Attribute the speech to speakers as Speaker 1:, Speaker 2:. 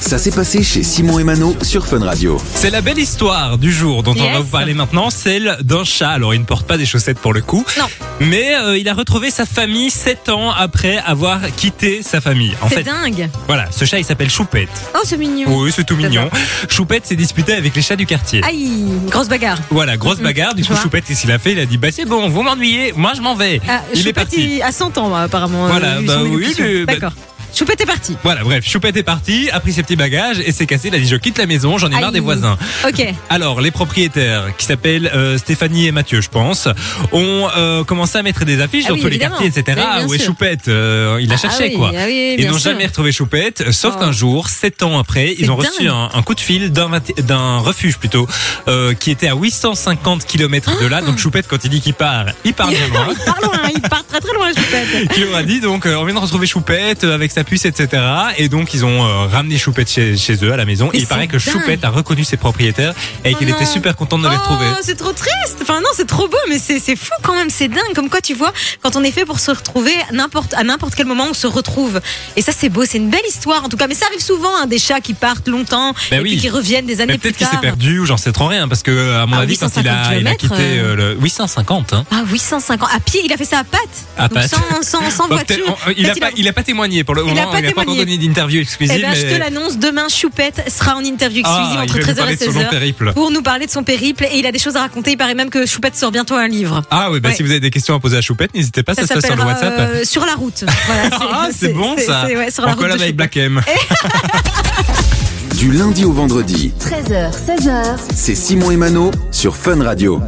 Speaker 1: Ça s'est passé chez Simon et Mano sur Fun Radio.
Speaker 2: C'est la belle histoire du jour dont on va
Speaker 3: Yes.
Speaker 2: vous parler maintenant, celle d'un chat. Alors il ne porte pas des chaussettes pour le coup,
Speaker 3: Non.
Speaker 2: mais euh, il a retrouvé sa famille sept ans après avoir quitté sa famille. En
Speaker 3: C'est
Speaker 2: fait,
Speaker 3: dingue.
Speaker 2: voilà, ce chat il s'appelle Choupette.
Speaker 3: Oh, c'est mignon.
Speaker 2: Oui, c'est tout
Speaker 3: C'est
Speaker 2: mignon. Choupette s'est disputée avec les chats du quartier.
Speaker 3: Aïe, grosse bagarre.
Speaker 2: Voilà, grosse
Speaker 3: Mm-mm,
Speaker 2: bagarre. Du
Speaker 3: tu
Speaker 2: coup,
Speaker 3: vois.
Speaker 2: Choupette, qu'est-ce qu'il a fait Il a dit Bah, c'est bon, vous m'ennuyez, moi je m'en vais.
Speaker 3: Ah,
Speaker 2: il est
Speaker 3: Choupette,
Speaker 2: parti.
Speaker 3: il- à 100 ans, apparemment. euh,
Speaker 2: Voilà,
Speaker 3: vu
Speaker 2: bah
Speaker 3: son
Speaker 2: oui,
Speaker 3: élocution.
Speaker 2: le- bah-
Speaker 3: D'accord. Choupette est parti.
Speaker 2: Voilà, bref, Choupette est parti, a pris ses petits bagages et s'est cassé. Il a dit Je quitte la maison, j'en ai marre
Speaker 3: Aïe.
Speaker 2: des voisins.
Speaker 3: Ok.
Speaker 2: Alors, les propriétaires, qui s'appellent euh, Stéphanie et Mathieu, je pense, ont euh, commencé à mettre des affiches
Speaker 3: Ah
Speaker 2: dans
Speaker 3: oui,
Speaker 2: tous les
Speaker 3: évidemment.
Speaker 2: quartiers, etc.
Speaker 3: Oui, bien
Speaker 2: où est
Speaker 3: sûr.
Speaker 2: Choupette Euh, Il a cherché,
Speaker 3: ah, oui,
Speaker 2: quoi.
Speaker 3: Ah, oui,
Speaker 2: Ils
Speaker 3: bien
Speaker 2: n'ont
Speaker 3: sûr.
Speaker 2: jamais retrouvé Choupette, euh, sauf
Speaker 3: Oh.
Speaker 2: qu'un jour, sept ans après, ils
Speaker 3: C'est
Speaker 2: ont reçu
Speaker 3: dingue.
Speaker 2: un, un coup de fil d'un vat- d'un refuge plutôt, euh, qui était à 850 km de là.
Speaker 3: Ah.
Speaker 2: Donc Choupette, quand il dit qu'il part, il part bien loin.
Speaker 3: Il part loin, il part très très loin, Choupette.
Speaker 2: qui leur a dit donc euh, on vient de retrouver Choupette euh, avec sa puce etc et donc ils ont euh, ramené Choupette chez, chez eux à la maison
Speaker 3: Mais
Speaker 2: et il paraît que
Speaker 3: c'est dingue.
Speaker 2: Choupette a reconnu ses propriétaires et
Speaker 3: Oh
Speaker 2: qu'il était
Speaker 3: non.
Speaker 2: super content de les retrouver
Speaker 3: Oh, c'est trop triste. Enfin non, c'est trop beau, mais c'est c'est fou quand même. C'est dingue. Comme quoi, tu vois, quand on est fait pour se retrouver, n'importe à n'importe quel moment, on se retrouve. Et ça, c'est beau. C'est une belle histoire, en tout cas. Mais ça arrive souvent, hein, des chats qui partent longtemps
Speaker 2: Ben
Speaker 3: et
Speaker 2: oui.
Speaker 3: puis qui reviennent des années
Speaker 2: mais
Speaker 3: plus
Speaker 2: peut-être qu'il
Speaker 3: tard.
Speaker 2: s'est perdu ou j'en sais trop rien parce que à mon
Speaker 3: Ah,
Speaker 2: avis quand il a,
Speaker 3: 850
Speaker 2: il a quitté
Speaker 3: kilomètres,
Speaker 2: euh, le 850 hein.
Speaker 3: Ah, 850 à pied. Il a fait ça à pattes.
Speaker 2: À
Speaker 3: Donc,
Speaker 2: pattes.
Speaker 3: Sans, sans, sans
Speaker 2: Donc, Bah, peut-être-
Speaker 3: voiture.
Speaker 2: on- il, a
Speaker 3: Peut-être
Speaker 2: pas, il a pas témoigné pour le
Speaker 3: a
Speaker 2: moment,
Speaker 3: pas
Speaker 2: il n'a pas encore
Speaker 3: témoigné.
Speaker 2: donné d'interview
Speaker 3: Eh
Speaker 2: exclusive.
Speaker 3: ben, je
Speaker 2: mais-
Speaker 3: te l'annonce, demain Choupette sera en interview
Speaker 2: Ah,
Speaker 3: exclusive
Speaker 2: il
Speaker 3: entre
Speaker 2: va nous
Speaker 3: 13h
Speaker 2: parler
Speaker 3: et
Speaker 2: de son long
Speaker 3: 16h
Speaker 2: périple.
Speaker 3: pour nous parler de son périple et il a des choses à raconter. Il paraît même que Choupette sort bientôt un livre.
Speaker 2: Ah oui, bah,
Speaker 3: Ouais.
Speaker 2: si vous avez des questions à poser à Choupette, n'hésitez pas, Ah, ça, se passe sur le
Speaker 3: s'appellera,
Speaker 2: WhatsApp.
Speaker 3: euh, sur la route. Voilà,
Speaker 2: ah, c'est bon
Speaker 3: c'est-
Speaker 2: ça.
Speaker 3: c'est- ouais, sur la
Speaker 2: en
Speaker 3: route de
Speaker 2: collab avec
Speaker 3: Choupette.
Speaker 2: Black M.
Speaker 1: Du lundi au vendredi,
Speaker 4: 13h, 16h,
Speaker 1: c'est Simon et Mano sur Fun Radio.